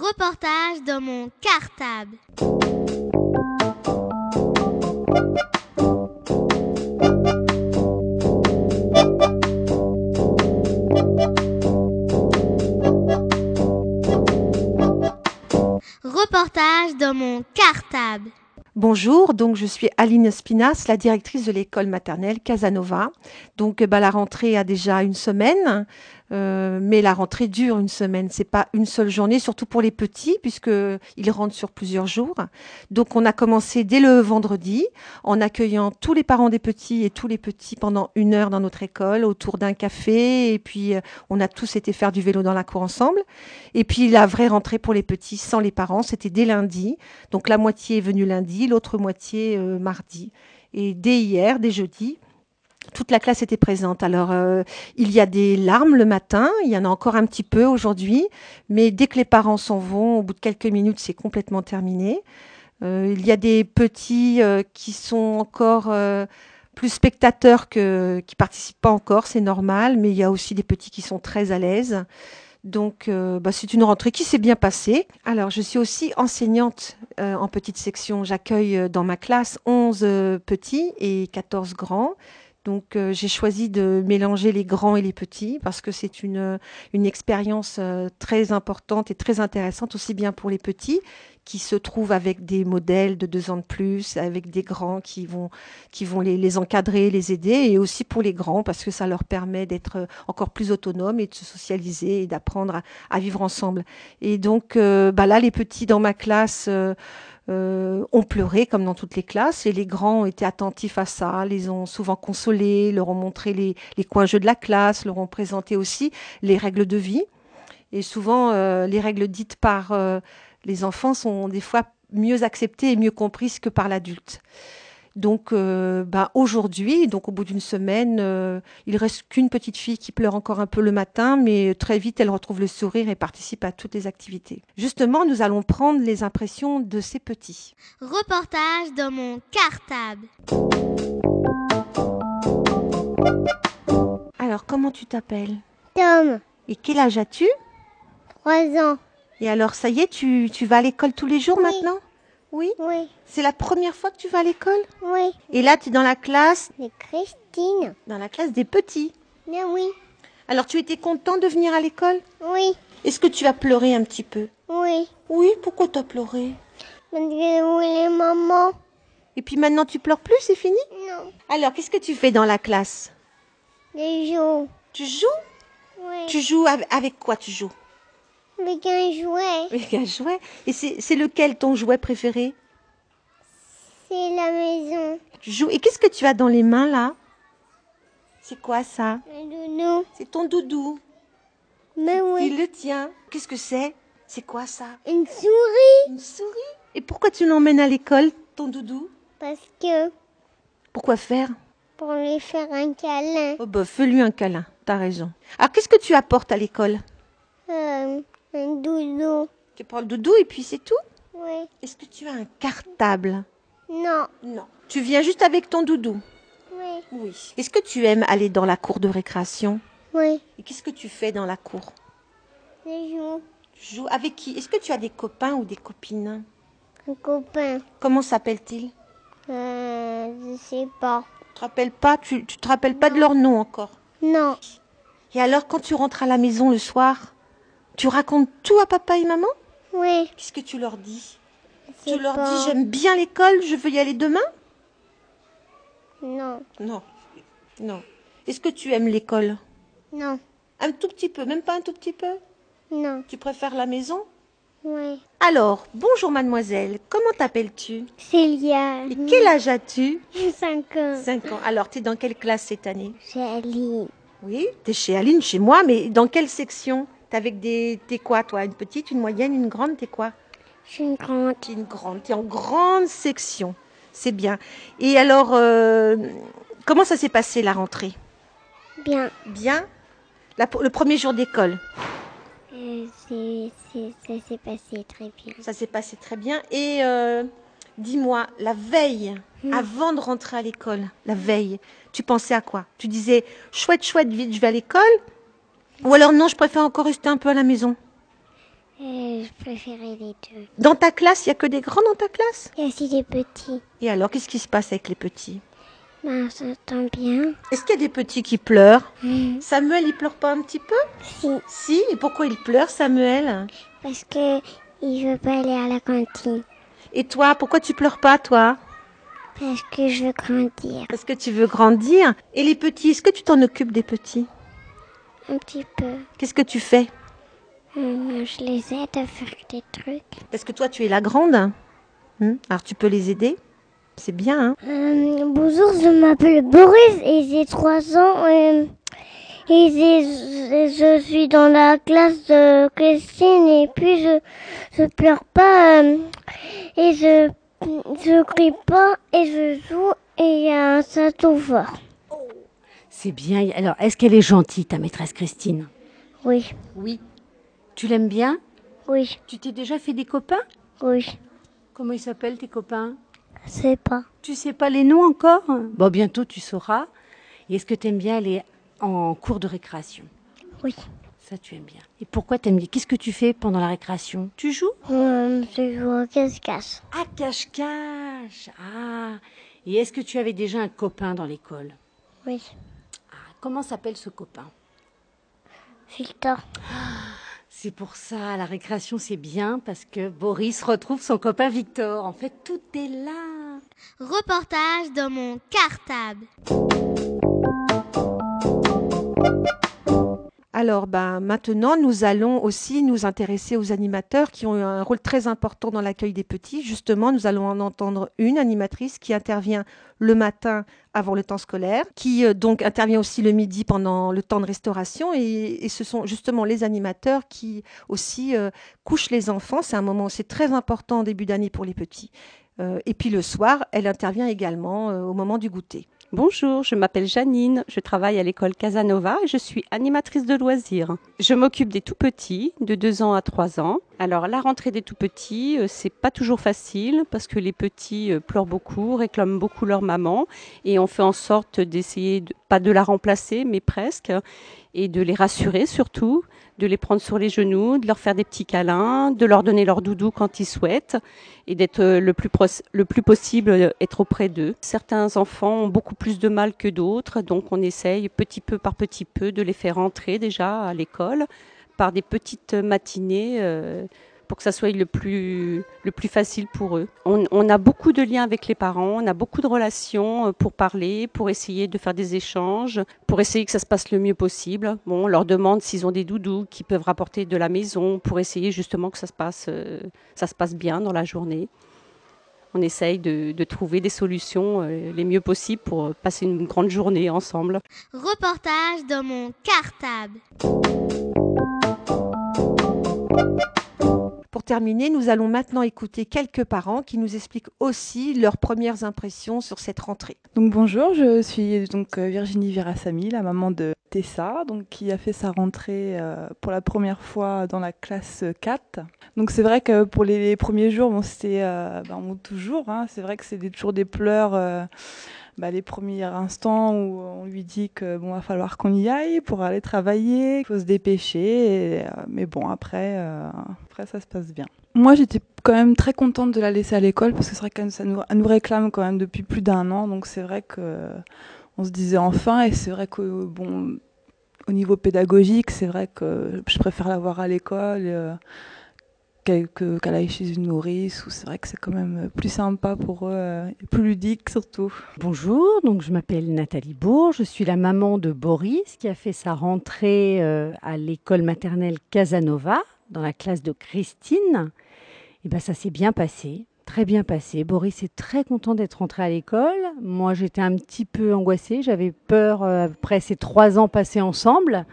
Reportage dans mon cartable. Reportage dans mon cartable. Bonjour, donc je suis Aline Spinas, la directrice de l'école maternelle Casanova. Donc eh ben, la rentrée a déjà une semaine, euh, mais la rentrée dure une semaine, c'est pas une seule journée, surtout pour les petits puisque ils rentrent sur plusieurs jours. Donc on a commencé dès le vendredi en accueillant tous les parents des petits et tous les petits pendant une heure dans notre école autour d'un café et puis euh, on a tous été faire du vélo dans la cour ensemble. Et puis la vraie rentrée pour les petits sans les parents, c'était dès lundi. Donc la moitié est venue lundi, l'autre moitié euh, mardi. Et dès hier, dès jeudi, toute la classe était présente. Alors, euh, il y a des larmes le matin, il y en a encore un petit peu aujourd'hui, mais dès que les parents s'en vont, au bout de quelques minutes, c'est complètement terminé. Euh, il y a des petits euh, qui sont encore euh, plus spectateurs que qui participent pas encore, c'est normal, mais il y a aussi des petits qui sont très à l'aise. Donc, euh, bah, c'est une rentrée qui s'est bien passée. Alors, je suis aussi enseignante euh, en petite section. J'accueille euh, dans ma classe 11 petits et 14 grands. Donc, euh, j'ai choisi de mélanger les grands et les petits parce que c'est une, euh, une expérience euh, très importante et très intéressante, aussi bien pour les petits qui se trouvent avec des modèles de deux ans de plus, avec des grands qui vont, qui vont les, les, encadrer, les aider, et aussi pour les grands, parce que ça leur permet d'être euh, encore plus autonomes et de se socialiser et d'apprendre à, à vivre ensemble. Et donc, euh, bah là, les petits dans ma classe... Euh, euh, ont pleuré comme dans toutes les classes et les grands ont été attentifs à ça, les ont souvent consolés, leur ont montré les, les coins jeux de la classe, leur ont présenté aussi les règles de vie et souvent euh, les règles dites par euh, les enfants sont des fois mieux acceptés et mieux comprises que par l'adulte. Donc euh, bah, aujourd'hui, donc au bout d'une semaine, euh, il reste qu'une petite fille qui pleure encore un peu le matin, mais très vite elle retrouve le sourire et participe à toutes les activités. Justement, nous allons prendre les impressions de ces petits. Reportage dans mon cartable. Alors, comment tu t'appelles Tom, Et quel âge as-tu 3 ans. Et alors, ça y est, tu, tu vas à l'école tous les jours Oui. maintenant Oui Oui, C'est la première fois que tu vas à l'école oui. Et là, tu es dans la classe, C'est Christine. dans la classe des petits. Mais oui, Alors, tu étais content de venir à l'école oui, Est-ce que tu as pleuré un petit peu oui. Oui, pourquoi t'as pleuré Parce que oui, les mamans. Et puis maintenant, tu pleures plus, c'est fini Non. Alors, qu'est-ce que tu fais dans la classe Les jours. Tu joues Oui. Tu joues av- avec quoi tu joues Mais qu'un jouet, Avec un jouet. Et c'est c'est lequel ton jouet préféré c'est la maison. Tu joues. Et qu'est-ce que tu as dans les mains là C'est quoi ça Le nounou. C'est ton doudou. Mais oui. Il le tient. Qu'est-ce que c'est C'est quoi ça Une souris. Une souris. Et pourquoi tu l'emmènes à l'école, ton doudou Parce que Pourquoi faire pour lui faire un câlin. Oh bah fais-lui un câlin, t'as raison. Alors qu'est-ce que tu apportes à l'école Euh, un doudou. Tu prends le doudou et puis c'est tout Oui. Est-ce que tu as un cartable Non. Non. Tu viens juste avec ton doudou Oui. Oui. Est-ce que tu aimes aller dans la cour de récréation Oui. Et qu'est-ce que tu fais dans la cour Les jours. Tu joues avec qui Est-ce que tu as des copains ou des copines Un copain. Comment s'appellent-ils Euh, je sais pas. Tu te rappelles pas Tu, tu te rappelles pas de leur nom encore Non. Et alors quand tu rentres à la maison le soir, tu racontes tout à papa et maman Oui. Qu'est-ce que tu leur dis je Tu sais leur pas. dis j'aime bien l'école, je veux y aller demain Non, Non. Non. Est-ce que tu aimes l'école non, Un tout petit peu, même pas un tout petit peu non, Tu préfères la maison oui. Alors, bonjour mademoiselle, comment t'appelles-tu Célia, Et quel âge as-tu 5 ans. 5 ans. Alors, t'es dans quelle classe cette année Céline, Oui, t'es chez Aline, chez moi, mais dans quelle section T'es avec des... T'es quoi toi Une petite, une moyenne, une grande T'es quoi je suis une grande. T'es une grande, t'es en grande section. C'est bien. Et alors, euh, comment ça s'est passé la rentrée Bien. Bien La- Le premier jour d'école Euh, c'est- c'est- ça s'est passé très bien. Ça s'est passé très bien. Et euh, dis-moi, la veille, Mm. avant de rentrer à l'école, Hmm. la veille, tu pensais à quoi Tu disais, chouette, chouette, vite, je vais à l'école Ou alors non, je préfère encore rester un peu à la maison Euh, je préférais les deux. Dans ta classe, il y a que des grands dans ta classe Il y a aussi des petits. Et alors, qu'est-ce qui se passe avec les petits Ben, on s'entend bien. Est-ce qu'il y a des petits qui pleurent Hmm, Samuel, il pleure pas un petit peu Si, Si, et pourquoi il pleure, Samuel parce que il veut pas aller à la cantine. Et toi, pourquoi tu pleures pas, toi Parce que je veux grandir. Parce que tu veux grandir. Et les petits, est-ce que tu t'en occupes des petits Un petit peu. Qu'est-ce que tu fais Hmm, Je les aide à faire des trucs. Parce que toi, tu es la grande. Hmm alors, tu peux les aider. C'est bien, hein Euh, bonjour, je m'appelle Boris et j'ai 3 ans. euh, et j'ai- je, je suis dans la classe de Christine et puis je je pleure pas euh, et je je crie pas et je joue et il y a un château fort. C'est bien. Alors, est-ce qu'elle est gentille, ta maîtresse Christine Oui, Oui. Tu l'aimes bien oui, Tu t'es déjà fait des copains oui, Comment ils s'appellent tes copains je sais pas. Tu sais pas les noms encore Bon, bientôt tu sauras. Et est-ce que tu aimes bien aller en cours de récréation Oui, Ça, tu aimes bien. Et pourquoi t'aimes bien Qu'est-ce que tu fais pendant la récréation Tu joues Euh, je joue à cache-cache. Ah, cache-cache Ah Et est-ce que tu avais déjà un copain dans l'école Oui, Ah, comment s'appelle ce copain Victor. C'est pour ça, la récréation, c'est bien parce que Boris retrouve son copain Victor. En fait, tout est là. Reportage dans mon cartable. Alors, ben, maintenant, nous allons aussi nous intéresser aux animateurs qui ont eu un rôle très important dans l'accueil des petits. Justement, nous allons en entendre une animatrice qui intervient le matin avant le temps scolaire, qui euh, donc intervient aussi le midi pendant le temps de restauration. Et, et ce sont justement les animateurs qui aussi euh, couchent les enfants. C'est un moment, c'est très important en début d'année pour les petits. Euh, et puis le soir, elle intervient également euh, au moment du goûter. Bonjour, je m'appelle Janine, je travaille à l'école Casanova et je suis animatrice de loisirs. Je m'occupe des tout petits, de 2 ans à 3 ans. Alors la rentrée des tout petits, euh, c'est pas toujours facile parce que les petits euh, pleurent beaucoup, réclament beaucoup leur maman et on fait en sorte d'essayer de, pas de la remplacer mais presque et de les rassurer surtout, de les prendre sur les genoux, de leur faire des petits câlins, de leur donner leur doudou quand ils souhaitent et d'être euh, le plus, proche- le plus possible, euh, être auprès d'eux. Certains enfants ont beaucoup plus de mal que d'autres, donc on essaye petit peu par petit peu de les faire entrer déjà à l'école par des petites matinées euh, pour que ça soit le plus, le plus facile pour eux. On, on a beaucoup de liens avec les parents, on a beaucoup de relations euh, pour parler, pour essayer de faire des échanges, pour essayer que ça se passe le mieux possible. Bon, on leur demande s'ils ont des doudous qu'ils peuvent rapporter de la maison pour essayer justement que ça se passe euh, ça se passe bien dans la journée. On essaye de, de trouver des solutions euh, les mieux possibles pour euh, passer une grande journée ensemble. Reportage dans mon cartable. Pour terminer, nous allons maintenant écouter quelques parents qui nous expliquent aussi leurs premières impressions sur cette rentrée. Donc bonjour, je suis donc euh, Virginie Virasamy, la maman de Tessa, donc qui a fait sa rentrée euh, pour la première fois dans la classe 4. Donc c'est vrai que pour les, les premiers jours, bon c'était euh, ben, on monte toujours, hein, c'est vrai que c'est des- toujours des pleurs euh, bah, les premiers instants où on lui dit que bon va falloir qu'on y aille pour aller travailler, qu'il faut se dépêcher, et, euh, mais bon après euh, après ça se passe bien. Moi, j'étais quand même très contente de la laisser à l'école parce que c'est vrai qu'elle ça nous, elle nous réclame quand même depuis plus d'un an. Donc c'est vrai que euh, on se disait enfin et c'est vrai que bon, au niveau pédagogique, c'est vrai que je préfère la voir à l'école euh, qu'elle que- qu'elle aille chez une nourrice. Ou c'est vrai que c'est quand même plus sympa pour eux, euh, et plus ludique surtout. Bonjour, donc je m'appelle Nathalie Bourg, je suis la maman de Boris qui a fait sa rentrée euh, à l'école maternelle Casanova dans la classe de Christine. Et ben ça s'est bien passé, très bien passé. Boris est très content d'être rentré à l'école. Moi j'étais un petit peu angoissée, j'avais peur euh, après ces trois ans passés ensemble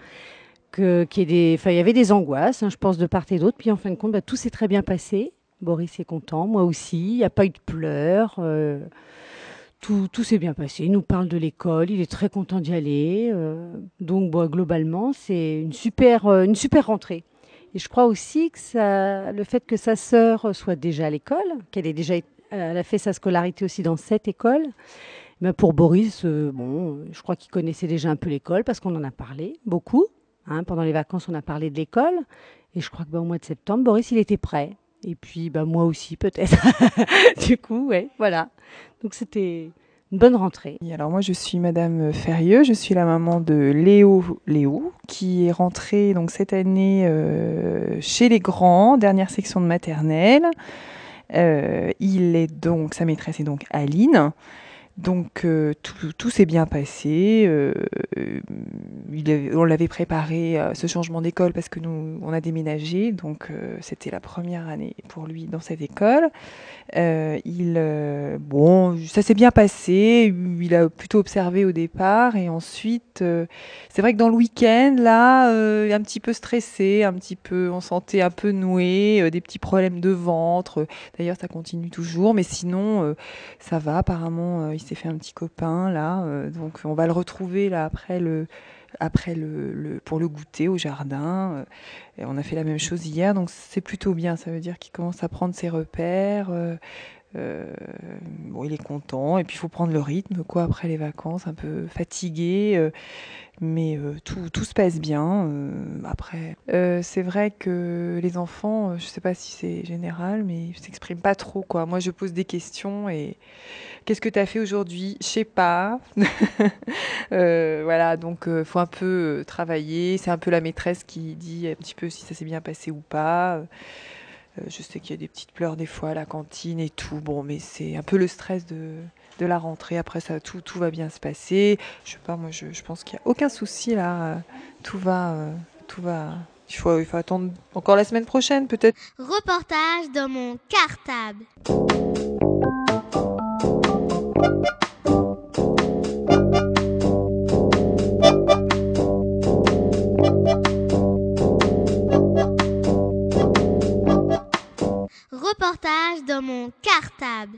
que qu'il y ait des, enfin, il y avait des angoisses, hein, je pense de part et d'autre. Puis en fin de compte, bah, tout s'est très bien passé. Boris est content, moi aussi. Il n'y a pas eu de pleurs. euh, tout, tout s'est bien passé. Il nous parle de l'école, il est très content d'y aller. euh, donc, bon, globalement, c'est une super, euh, une super rentrée. Et je crois aussi que ça, le fait que sa sœur soit déjà à l'école, qu'elle ait déjà, euh, elle a fait sa scolarité aussi dans cette école. ben, pour Boris, euh, bon, je crois qu'il connaissait déjà un peu l'école parce qu'on en a parlé beaucoup. hein. pendant les vacances, on a parlé de l'école. Et je crois que bah, au mois de septembre, Boris, il était prêt. Et puis bah, moi aussi, peut-être. du coup, ouais, voilà. Donc c'était une bonne rentrée. Et alors moi je suis Madame Ferrieux, je suis la maman de Léo Léo qui est rentrée donc cette année euh, chez les grands, dernière section de maternelle. Euh, il est donc sa maîtresse est donc Aline. Donc euh, tout, tout s'est bien passé. euh, euh, il avait- on l'avait préparé euh, ce changement d'école parce que nous on a déménagé, donc euh, c'était la première année pour lui dans cette école. Euh, il euh, bon, ça s'est bien passé. Il a plutôt observé au départ et ensuite, euh, c'est vrai que dans le week-end là, euh, un petit peu stressé, un petit peu, on sentait un peu noué, euh, des petits problèmes de ventre. D'ailleurs, ça continue toujours, mais sinon. euh, ça va, apparemment, euh, il s'est fait un petit copain là, euh, donc on va le retrouver là après le, après le, le- pour le goûter au jardin. euh, et on a fait la même chose hier, donc c'est plutôt bien. Ça veut dire qu'il commence à prendre ses repères. euh, euh, bon, il est content, et puis il faut prendre le rythme quoi après les vacances, un peu fatigué, euh, mais euh, tout, tout se passe bien euh, après. Euh, c'est vrai que les enfants, euh, je sais pas si c'est général, mais ils s'expriment pas trop quoi. Moi, je pose des questions et Qu'est-ce que tu as fait aujourd'hui Je sais pas. Euh, voilà, donc euh, faut un peu euh, travailler. C'est un peu la maîtresse qui dit un petit peu si ça s'est bien passé ou pas. Euh, je sais qu'il y a des petites pleurs des fois à la cantine et tout. Bon, mais c'est un peu le stress de, de la rentrée. Après ça, tout, tout va bien se passer. Je sais pas, moi, je, je pense qu'il n'y a aucun souci là. Euh, Tout va, euh, tout va. Il faut, il faut attendre encore la semaine prochaine peut-être. Reportage dans mon cartable. Reportage dans mon cartable.